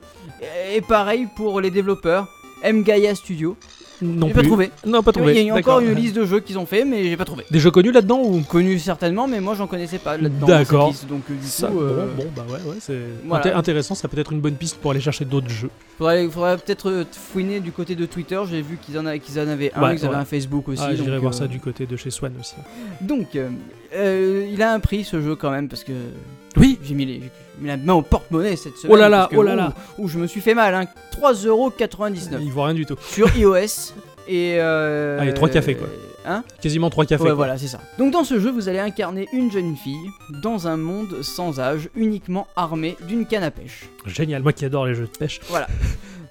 S4: Et pareil pour les développeurs. M Gaia Studio.
S5: Non
S4: j'ai
S5: plus.
S4: pas trouvé.
S5: Non, pas trouvé.
S4: Il y a
S5: d'accord.
S4: encore une liste de jeux qu'ils ont fait, mais j'ai pas trouvé.
S5: Des jeux connus là-dedans ou
S4: Connu certainement, mais moi j'en connaissais pas là-dedans.
S5: D'accord.
S4: dans cette liste. Donc du coup,
S5: Ça,
S4: euh,
S5: bon, bon, bah ouais, ouais, c'est
S4: voilà.
S5: inté- intéressant. Ça peut être une bonne piste pour aller chercher d'autres jeux.
S4: faudrait, faudrait peut-être euh, fouiner du côté de Twitter. J'ai vu qu'ils en, a- qu'ils en avaient un,
S5: Ouais,
S4: qu'ils avaient
S5: ouais.
S4: un Facebook aussi.
S5: Ah,
S4: donc,
S5: J'irai voir ça
S4: euh,
S5: du côté de chez Swan aussi.
S4: Donc, euh, euh, il a un prix ce jeu quand même parce que
S5: Oui.
S4: j'ai mis, les- j'ai mis la main au porte-monnaie cette semaine.
S5: Oh là là,
S4: parce que,
S5: oh là là.
S4: ouh, ouh, je me suis fait mal, hein. 3,99€
S5: Il voit rien du tout.
S4: sur iOS et. Euh,
S5: Allez, Ah, trois cafés, quoi.
S4: Hein
S5: Quasiment trois cafés.
S4: Ouais,
S5: quoi.
S4: voilà, c'est ça. Donc, dans ce jeu, vous allez incarner une jeune fille dans un monde sans âge, uniquement armée d'une canne à pêche.
S5: Génial, moi qui adore les jeux de pêche.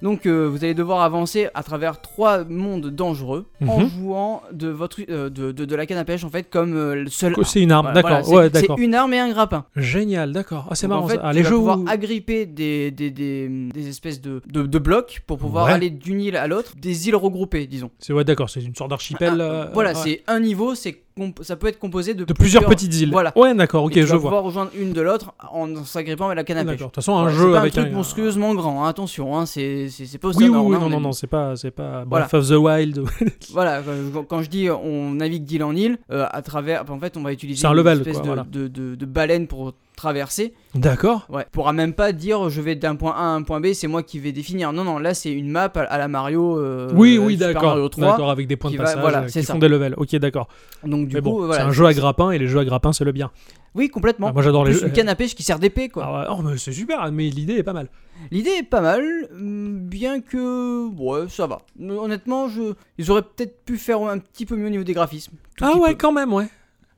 S4: Donc, euh, vous allez devoir avancer à travers trois mondes dangereux en
S5: Mhm.
S4: jouant de, votre, euh, de, de- de la canne à pêche en fait comme euh, le seul.
S5: C'est une arme,
S4: Voilà,
S5: d'accord.
S4: voilà, c'est-
S5: ouais, d'accord.
S4: c'est une arme et un grappin.
S5: Génial, d'accord. Ah, c'est
S4: Donc,
S5: marrant
S4: en fait,
S5: ça. Ah,
S4: tu
S5: les
S4: vas
S5: jeux
S4: pouvoir
S5: où-
S4: agripper des, des, des, des espèces de, de, de blocs pour pouvoir
S5: Ouais.
S4: aller d'une île à l'autre, des îles regroupées, disons.
S5: C'est ouais, d'accord, c'est une sorte d'archipel.
S4: Un-
S5: euh,
S4: Ah, voilà,
S5: ouais.
S4: c'est un niveau, c'est comp- ça peut être composé de,
S5: de plusieurs petites îles.
S4: Voilà.
S5: Ouais, d'accord, ok,
S4: Et tu
S5: je
S4: vas
S5: vois. Ah,
S4: pouvoir rejoindre une de l'autre en s'agrippant avec la canne à
S5: D'accord.
S4: pêche.
S5: De toute façon, un
S4: Voilà, c'est
S5: jeu
S4: pas
S5: avec
S4: un truc
S5: un-
S4: monstrueusement grand, hein, attention, hein, c'est c'est- c'est pas au
S5: Oui, oui, oui,
S4: sonore, hein,
S5: non,
S4: on
S5: non,
S4: est-
S5: non, c'est pas, c'est pas
S4: Voilà.
S5: Breath of the Wild. (laughs) ou-
S4: Voilà, quand, quand je dis on navigue d'île en île, euh, à travers, en fait, on va utiliser
S5: C'est un
S4: une
S5: level,
S4: espèce
S5: quoi,
S4: de,
S5: voilà.
S4: de, de- de baleine pour traverser.
S5: D'accord.
S4: Ouais. Pourra même pas dire je vais d'un point A à un point B, c'est moi qui vais définir. Non, non, là c'est une map à- à la Mario. euh,
S5: oui,
S4: euh,
S5: oui,
S4: Super
S5: d'accord.
S4: Mario 3.
S5: D'accord, avec des points de
S4: qui va-
S5: passage
S4: voilà,
S5: euh,
S4: c'est
S5: qui
S4: ça.
S5: font des levels. Ok, d'accord.
S4: Donc du
S5: Mais
S4: coup, euh,
S5: bon, c'est
S4: voilà.
S5: un jeu à grappin et les jeux à grappin, c'est le bien.
S4: Oui, complètement.
S5: Ah, moi, j'adore les
S4: Plus
S5: jeux.
S4: une canne à pêche qui sert d'épée quoi.
S5: Ah ouais, oh, mais c'est super, mais l'idée est pas mal.
S4: L'idée est pas mal, hum, bien que ouais, ça va. Honnêtement, je ils auraient peut-être pu faire un petit peu mieux au niveau des graphismes. Tout
S5: Ah
S4: petit
S5: ouais,
S4: peu.
S5: quand même, ouais.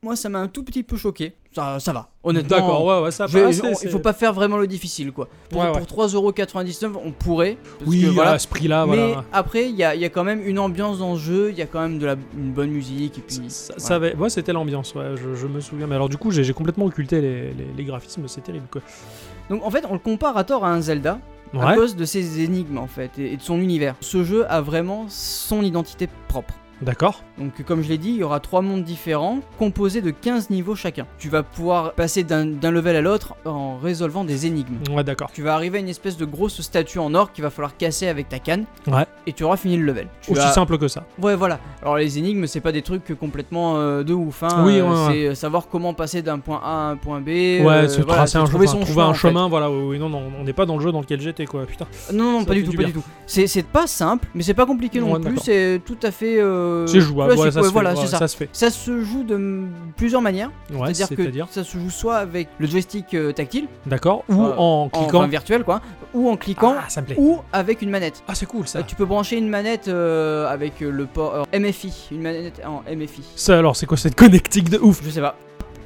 S4: Moi, ça m'a un tout petit peu choqué. Ça, ça va. Honnêtement.
S5: D'accord, ouais, ouais, ça
S4: je vais-
S5: passe.
S4: on- il faut pas faire vraiment le difficile quoi. Pour,
S5: Ouais, ouais.
S4: pour 3,99€, on pourrait. Parce
S5: Oui,
S4: que, voilà,
S5: à ce prix-là,
S4: Mais
S5: Ah, voilà.
S4: après, il y a, il y a quand même une ambiance dans le jeu, il y a quand même de la, une bonne musique. Et puis,
S5: Ça, ça- ça avait- ouais, c'était l'ambiance, ouais, je, je me souviens. Mais alors, du coup, j'ai j'ai complètement occulté les, les- les graphismes, c'est terrible quoi.
S4: voilà. Donc en fait, on le compare à tort à un Zelda à
S5: Ouais,
S4: cause de ses énigmes en fait et, et de son univers. Ce jeu a vraiment son identité propre.
S5: d'accord.
S4: Donc comme je l'ai dit, il y aura trois mondes différents composés de 15 niveaux chacun. Tu vas pouvoir passer d'un d'un level à l'autre en résolvant des énigmes.
S5: Ouais, d'accord.
S4: Tu vas arriver à une espèce de grosse statue en or qu'il va falloir casser avec ta canne.
S5: Ouais.
S4: Et tu auras fini le level. Tu
S5: Aussi
S4: as-
S5: simple que ça.
S4: Ouais, voilà. Alors les énigmes, c'est pas des trucs complètement euh, de ouf. Hein.
S5: Oui,
S4: Euh,
S5: ouais, ouais.
S4: C'est euh, savoir comment passer d'un point A à un point B.
S5: Ouais,
S4: euh,
S5: se
S4: voilà,
S5: tracer
S4: c'est
S5: un
S4: trouver
S5: chemin,
S4: son
S5: trouver
S4: chemin,
S5: un
S4: en fait. Euh,
S5: chemin, voilà. Oui, oui, non, non, on n'est pas dans le jeu dans lequel j'étais, quoi. Putain.
S4: Non, non,
S5: Ça
S4: pas du
S5: fait
S4: tout,
S5: du
S4: pas
S5: bien.
S4: du tout. C'est c'est pas simple, mais c'est pas compliqué non
S5: Ouais,
S4: plus.
S5: d'accord.
S4: C'est tout à fait. euh,
S5: c'est jouable,
S4: classique,
S5: ouais, ça,
S4: ouais,
S5: se
S4: voilà,
S5: fait,
S4: c'est
S5: ouais,
S4: ça.
S5: se fait.
S4: Ça se joue de mm, plusieurs manières.
S5: Ouais,
S4: C'est-à-dire
S5: c'est-à-dire,
S4: que ça se joue soit avec le joystick euh, tactile,
S5: d'accord, ou
S4: Euh,
S5: en
S4: en
S5: cliquant.
S4: enfin, virtuel quoi, ou en cliquant,
S5: ah, ça me plaît.
S4: ou avec une manette.
S5: Ah, c'est cool ça.
S4: Euh, Tu peux brancher une manette euh, avec euh, le port euh, MFI, une manette en MFI.
S5: Ça alors, c'est quoi cette connectique de ouf
S4: Je sais pas.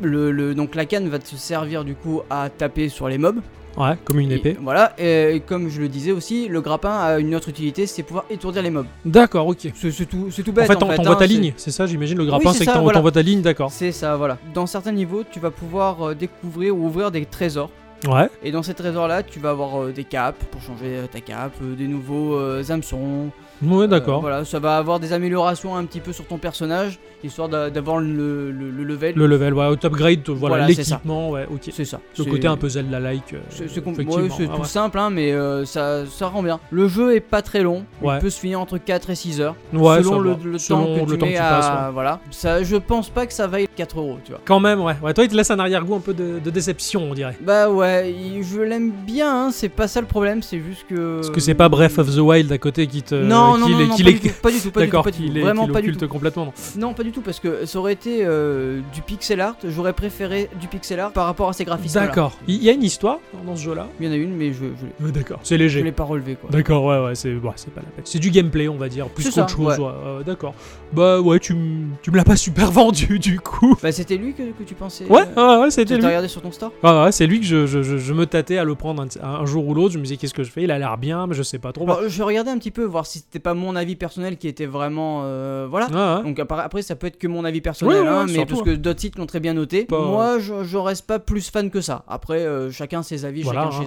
S4: Le, le- donc la canne va te servir du coup à taper sur les mobs.
S5: Ouais, comme une épée.
S4: Voilà, et comme je le disais aussi, le grappin a une autre utilité, c'est pouvoir étourdir les mobs.
S5: D'accord, ok.
S4: C'est c'est tout, c'est tout
S5: En
S4: bête.
S5: fait, t'en-
S4: hein,
S5: t'envoies ta
S4: c'est-
S5: ligne, c'est ça, j'imagine. Le grappin,
S4: c'est
S5: c'est que
S4: ça,
S5: t'en-
S4: voilà.
S5: t'envoies ta ligne, d'accord.
S4: C'est ça, voilà. Dans certains niveaux, tu vas pouvoir euh, découvrir ou ouvrir des trésors.
S5: Ouais,
S4: Et dans ces trésors-là, tu vas avoir euh, des capes pour changer euh, ta cape, euh, des nouveaux euh, hameçons.
S5: ouais,
S4: euh,
S5: d'accord.
S4: voilà, ça va avoir des améliorations un petit peu sur ton personnage, histoire d'a- d'avoir le, le- le level.
S5: Le level, ouais, upgrade, voilà,
S4: Voilà, c'est ça.
S5: l'équipement, ouais, ok.
S4: C'est ça.
S5: Le
S4: C'est-
S5: côté un peu Zelda-like. euh,
S4: C'est c'est com- ouais,
S5: effectivement,
S4: c'est
S5: ouais,
S4: tout
S5: ouais.
S4: simple, hein, mais euh, ça, ça rend bien. Le jeu est pas très long,
S5: Ouais.
S4: il peut se finir entre 4 et 6 heures.
S5: Ouais, ça
S4: selon le,
S5: va.
S4: le
S5: Selon
S4: temps que
S5: le
S4: tu
S5: temps
S4: mets
S5: que tu
S4: à-
S5: passes, ouais.
S4: Voilà. Ça, je pense pas que ça vaille 4 euros, tu vois.
S5: Quand même, ouais. ouais. Toi, il te laisse un arrière-goût un peu de, de déception, on dirait.
S4: Bah ouais, il- je l'aime bien, hein, c'est pas ça le problème, c'est juste que.
S5: Parce que c'est pas Breath of the Wild à côté qui te.
S4: Euh, Non, non,
S5: qui
S4: non,
S5: l'est-
S4: non,
S5: qui
S4: pas,
S5: l'est-
S4: du tout, pas du tout, pas du tout,
S5: D'accord,
S4: pas du
S5: qui
S4: tout,
S5: l'est-
S4: vraiment
S5: qui
S4: pas du
S5: l'occulte
S4: tout.
S5: complètement. non.
S4: Non, pas du tout, parce que ça aurait été euh, du pixel art, j'aurais préféré du pixel art par rapport à ces graphismes.
S5: D'accord. Il y a une histoire dans ce jeu-là.
S4: Il y en a une, mais je, je,
S5: Ouais, d'accord. C'est
S4: je
S5: léger.
S4: l'ai pas relevé quoi.
S5: D'accord, ouais, ouais, c'est ouais, c'est pas la peine. C'est du gameplay, on va dire, plus
S4: C'est
S5: qu'autre
S4: ça,
S5: chose. ouais, ouais, d'accord. Bah ouais, tu, m- tu me l'as pas (laughs) super vendu du coup.
S4: Bah c'était lui que, que tu pensais.
S5: Ouais,
S4: euh,
S5: ouais, ouais,
S4: que
S5: c'était lui.
S4: T'as regardé sur ton store
S5: Ouais, ouais, c'est lui que je, je- je- je me tâtais à le prendre un, un jour ou l'autre. Je me disais, qu'est-ce que je fais Il a l'air bien, mais je sais pas trop.
S4: Alors, bah, Je regardais un petit peu, voir si c'était pas mon avis personnel qui était vraiment. euh, voilà.
S5: Ouais, ouais.
S4: Donc après, après, ça peut être que mon avis personnel,
S5: Ouais, ouais,
S4: hein,
S5: ouais,
S4: mais
S5: surtout,
S4: parce que d'autres sites l'ont très bien noté.
S5: Pas- euh,
S4: Moi, je, je reste pas plus fan que ça. Après, euh, chacun ses avis,
S5: Voilà,
S4: chacun
S5: hein,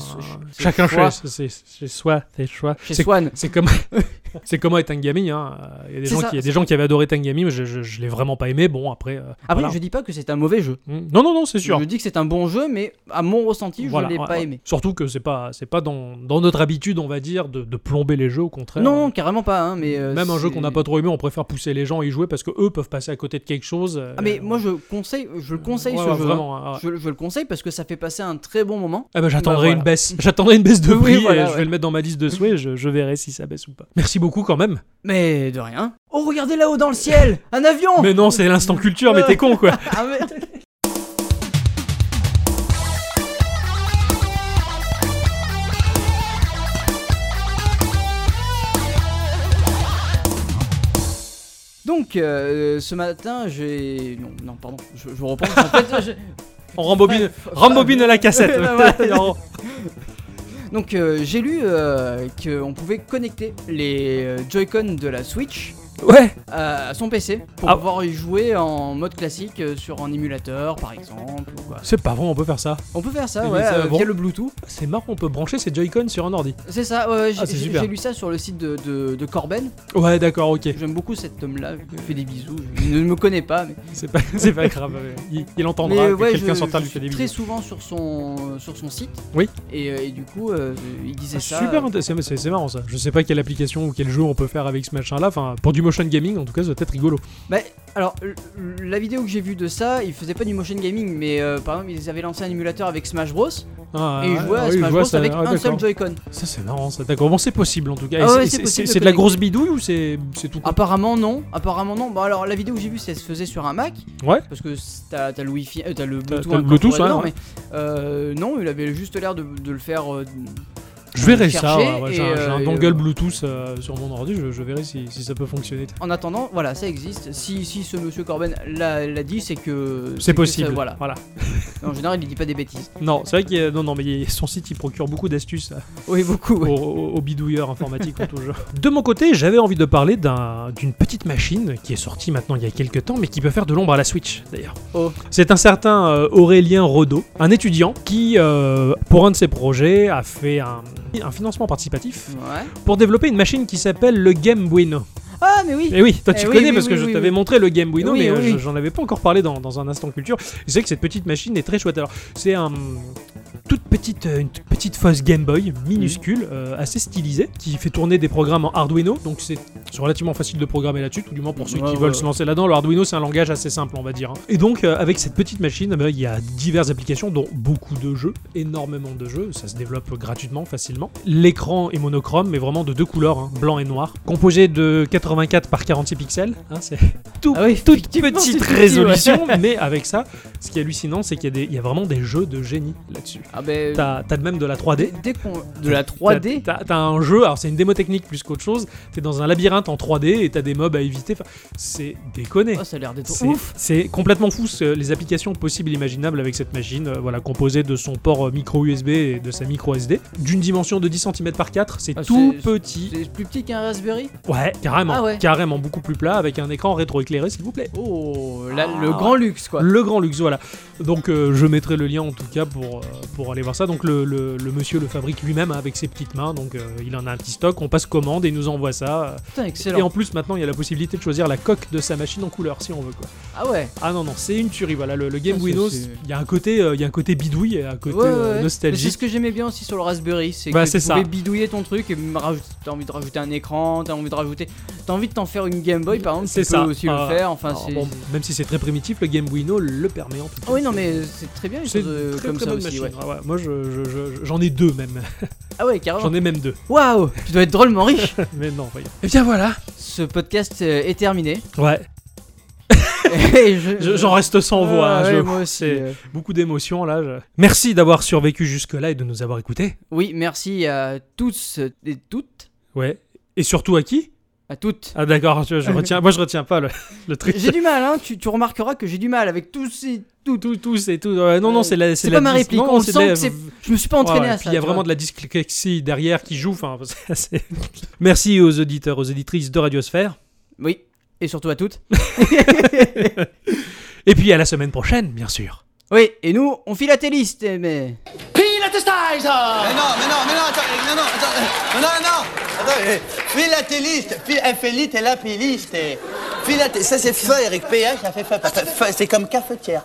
S4: chez, ses
S5: chacun
S4: choix,
S5: chez, c'est- c'est- chez soi, c'est choix.
S4: chez
S5: C'est-
S4: Swan.
S5: C'est comme (laughs) c'est comment être un gaming. Hein. Il y a des
S4: C'est
S5: gens
S4: ça,
S5: qui, il y a des gens qui avaient adoré Tangami, mais je, je, je l'ai vraiment pas aimé. Bon après. euh,
S4: Après,
S5: voilà.
S4: je dis pas que c'est un mauvais jeu.
S5: Mm. Non non non, c'est sûr.
S4: Je dis que c'est un bon jeu, mais à mon ressenti, je
S5: Voilà,
S4: l'ai
S5: ouais,
S4: pas
S5: ouais.
S4: aimé.
S5: Surtout que c'est pas c'est pas dans, dans notre habitude, on va dire, de, de plomber les jeux. Au contraire.
S4: Non, carrément pas. hein, mais euh,
S5: Même un jeu
S4: c'est-
S5: qu'on n'a pas trop aimé, on préfère pousser les gens à y jouer parce que eux peuvent passer à côté de quelque chose. euh,
S4: Ah, mais moi, je conseille, je le conseille
S5: ouais,
S4: ce
S5: ouais,
S4: jeu.
S5: Vraiment. hein, ouais.
S4: Je, je le conseille parce que ça fait passer un très bon moment.
S5: Ah bah j'attendrai
S4: Bah,
S5: une
S4: voilà.
S5: baisse, (laughs) j'attendrai une baisse de
S4: (laughs) Oui,
S5: prix
S4: voilà,
S5: et je vais
S4: ouais.
S5: le mettre dans ma liste de souhaits, je, je verrai si ça baisse ou pas. Merci beaucoup quand même.
S4: Mais de rien. Oh, regardez là-haut dans le ciel Un avion
S5: Mais non, c'est l'instant culture, mais
S4: (laughs)
S5: t'es con quoi.
S4: Ah, mais- Donc, euh, ce matin, j'ai. Non, non, pardon, je, je reprends. En fait, je-
S5: On rembobine, rembobine la cassette.
S4: Ouais, (laughs)
S5: (laughs)
S4: ouais.
S5: Non.
S4: Donc, euh, j'ai lu euh, qu'on pouvait connecter les euh, Joy-Con de la Switch euh,
S5: ouais.
S4: à son PC pour
S5: Ah.
S4: pouvoir y jouer en mode classique euh, sur un émulateur, par exemple. ou quoi.
S5: C'est pas vrai, on peut faire ça.
S4: On peut faire ça,
S5: Mais
S4: ouais,
S5: ça,
S4: euh,
S5: bon.
S4: via le Bluetooth.
S5: C'est marrant, on peut brancher ses Joy-Con sur un ordi.
S4: C'est ça, ouais, j'ai
S5: Ah, c'est
S4: j'ai-
S5: super.
S4: j'ai lu ça sur le site de, de- de Corben.
S5: Ouais, d'accord, ok.
S4: J'aime beaucoup cet homme-là, je lui fais des bisous. Il ne me connaît pas, mais,
S5: C'est pas, c'est pas grave. euh, Il, il entendra
S4: mais,
S5: que
S4: ouais,
S5: quelqu'un
S4: je-
S5: sur Terre
S4: je
S5: lui fait
S4: suis
S5: des
S4: très
S5: bisous.
S4: souvent sur son, sur son site.
S5: Oui.
S4: Et, euh, et du coup, euh, il disait
S5: Ah,
S4: ça.
S5: Super, inté- c'est c'est- c'est marrant ça. Je sais pas quelle application ou quel jeu on peut faire avec ce machin-là. Enfin, pour du motion gaming, en tout cas, ça doit être rigolo.
S4: Bah, alors, l- la vidéo que j'ai vue de ça, il faisait pas du motion gaming, mais euh, par exemple, ils avaient lancé un émulateur avec Smash Bros.
S5: Ah,
S4: et ils
S5: ouais,
S4: jouaient à
S5: ouais,
S4: Smash
S5: je vois
S4: Bros
S5: ça.
S4: avec
S5: Ah,
S4: un seul
S5: d'accord.
S4: Joy-Con.
S5: Ça, c'est marrant ça. D'accord, bon, c'est possible en tout cas. Et
S4: Ah ouais, c'est
S5: c'est- c'est-
S4: possible Ah.
S5: c'est
S4: de
S5: c'est de la
S4: connecter.
S5: grosse bidouille ou c'est c'est tout con
S4: Apparemment non, apparemment non. Bon alors la vidéo que j'ai vue, ça se faisait sur un Mac.
S5: Ouais.
S4: Parce que c'est- t'as t'as le Wi-Fi, euh, t'as le
S5: T'as-
S4: Bluetooth.
S5: t'as le
S4: incorporé
S5: Bluetooth, ouais,
S4: dedans,
S5: ouais.
S4: mais, euh, non, il avait juste l'air de, de le faire. euh,
S5: Je verrai
S4: chercher
S5: ça. ouais, ouais, J'ai
S4: et,
S5: un, j'ai un
S4: euh, et,
S5: dongle
S4: euh,
S5: Bluetooth euh, sur mon ordi. Je, je verrai si, si ça peut fonctionner.
S4: En attendant, voilà, ça existe. Si, si ce monsieur Corben l'a l'a dit, c'est que
S5: C'est
S4: que
S5: possible.
S4: ça- voilà.
S5: voilà.
S4: En général, il dit pas des bêtises.
S5: Non, c'est vrai qu'il y a- non, non, mais il y a- son site il procure beaucoup d'astuces euh,
S4: Oui, beaucoup. ouais.
S5: aux, aux- aux bidouilleurs informatiques quant au jeu. De mon côté, j'avais envie de parler d'un- d'une petite machine qui est sortie maintenant il y a quelques temps, mais qui peut faire de l'ombre à la Switch d'ailleurs.
S4: Oh.
S5: C'est un certain euh, Aurélien Rodeau, un étudiant qui, euh, pour un de ses projets, a fait un, un financement participatif
S4: Ouais.
S5: pour développer une machine qui s'appelle le Game Bueno.
S4: Ah mais oui.
S5: Et oui, toi
S4: Eh
S5: tu
S4: oui,
S5: connais
S4: oui,
S5: parce que
S4: oui,
S5: je
S4: oui,
S5: t'avais
S4: oui.
S5: montré le Game Bueno,
S4: Oui,
S5: mais euh,
S4: oui.
S5: je- j'en avais pas encore parlé dans, dans un instant culture. C'est que cette petite machine est très chouette. Alors, c'est un toute petite, euh, une toute petite fausse Game Boy minuscule,
S4: Mhm.
S5: euh, assez stylisée, qui fait tourner des programmes en Arduino. Donc c'est c'est relativement facile de programmer là-dessus, tout du moins pour ceux
S4: Ouais,
S5: qui
S4: ouais.
S5: veulent se lancer là-dedans. Le Arduino, c'est un langage assez simple, on va dire. hein. Et donc, euh, avec cette petite machine, eh ben, il y a diverses applications, dont beaucoup de jeux, énormément de jeux. Ça se développe gratuitement, facilement. L'écran est monochrome, mais vraiment de deux couleurs, hein, blanc et noir. Composé de 84 par 46 pixels. hein,
S4: (laughs)
S5: c'est tout,
S4: Ah oui,
S5: toute
S4: effectivement, c'est
S5: petite
S4: petit, ouais.
S5: résolution, mais avec ça, ce qui est hallucinant, c'est qu'il y, a des- il y a vraiment des jeux de génie là-dessus.
S4: Ah ben mais
S5: T'as t'as de même de la 3D.
S4: dès qu'on de la 3D,
S5: T'as t'as- t'as un jeu, alors c'est une démo technique plus qu'autre chose. T'es dans un labyrinthe en 3D et t'as des mobs à éviter. Enfin, c'est déconné.
S4: oh, ça a l'air d'être
S5: C'est-
S4: ouf.
S5: C'est complètement fou ce- les applications possibles et imaginables avec cette machine, euh, voilà, composée de son port euh, micro USB et de sa micro SD, d'une dimension de 10 cm par 4, c'est
S4: Ah,
S5: tout
S4: c'est-
S5: petit.
S4: C'est plus petit qu'un Raspberry.
S5: Ouais, carrément,
S4: Ah ouais.
S5: carrément beaucoup plus plat avec un écran rétroéclairé s'il vous plaît.
S4: Oh, là,
S5: Ah,
S4: le grand luxe quoi.
S5: Le grand luxe, voilà. Donc euh, je mettrai le lien en tout cas pour, euh, pour aller voir ça. Donc le, le- le monsieur le fabrique lui-même hein, avec ses petites mains, donc euh, il en a un petit stock, on passe commande et il nous envoie ça.
S4: Putain,
S5: Et
S4: excellent.
S5: en plus maintenant il y a la possibilité de choisir la coque de sa machine en couleur si on veut quoi.
S4: Ah ouais.
S5: Ah non non, c'est une tuerie voilà le, le Game
S4: Ah, c'est-
S5: Windows,
S4: c'est-
S5: il y a un côté euh, il y a un côté bidouille, et un côté
S4: Ouais, ouais,
S5: euh,
S4: ouais. Mais C'est ce
S5: nostalgique.
S4: que j'aimais bien aussi sur le Raspberry, c'est
S5: Bah,
S4: que
S5: c'est
S4: tu
S5: ça.
S4: pouvais bidouiller ton truc et me rajouter- t'as envie de rajouter un écran, t'as envie de rajouter, t'as envie de t'en faire une Game Boy par exemple,
S5: C'est
S4: tu
S5: ça.
S4: peux aussi
S5: Ah,
S4: le faire. Enfin,
S5: Alors,
S4: c'est.
S5: bon, même si c'est très primitif, le Game Wino le permet en tout cas.
S4: Ah oui, non mais c'est très bien les
S5: c'est
S4: choses
S5: une
S4: euh,
S5: très,
S4: comme
S5: très
S4: ça
S5: bonne
S4: aussi.
S5: machine. hein.
S4: Ouais.
S5: Ah ouais, moi je- je- je- j'en ai deux même.
S4: Ah ouais, carrément.
S5: J'en ai même deux. (laughs)
S4: Waouh, tu dois être drôlement riche.
S5: Mais non, voyons. Et Eh bien voilà.
S4: Ce podcast euh, est
S5: (laughs)
S4: terminé.
S5: Ouais.
S4: Et je-
S5: Je- J'en reste sans voix. hein,
S4: Ah
S5: je-
S4: ouais, moi aussi,
S5: c'est
S4: euh.
S5: beaucoup d'émotions là. je- Merci d'avoir survécu jusque-là et de nous avoir écoutés.
S4: Oui, merci à tous et toutes.
S5: Ouais. Et surtout à qui
S4: À toutes.
S5: Ah d'accord, je, je retiens. Moi je retiens pas le,
S4: (laughs)
S5: le truc.
S4: J'ai du mal, hein. Tu, tu remarqueras que j'ai du mal avec tous ces.
S5: Tout, tout, tout, c'est tout. Ouais, non, non, c'est la.
S4: C'est
S5: la
S4: pas ma
S5: dis-
S4: réplique.
S5: non,
S4: on
S5: c'est
S4: sent
S5: de la-
S4: que c'est. Je me suis pas entraîné
S5: Ouais,
S4: à
S5: puis
S4: ça.
S5: Il y a
S4: tu
S5: vraiment
S4: vois.
S5: de la dyslexie derrière qui joue. Enfin, (laughs) c'est- c'est- Merci aux auditeurs, aux auditrices de Radiosphère.
S4: Oui. Et surtout à toutes.
S5: Et puis à la semaine prochaine, bien sûr.
S4: Oui. Et nous, on file à tes listes, mais.
S6: Mais non, mais non, mais non, attends, non, non, attends, mais non, non, attends, euh, philatéliste, phi- félite et lapilliste, philatéliste, ça c'est feuille avec PH, ça fait feuille, parce que feuille, c'est comme cafetière.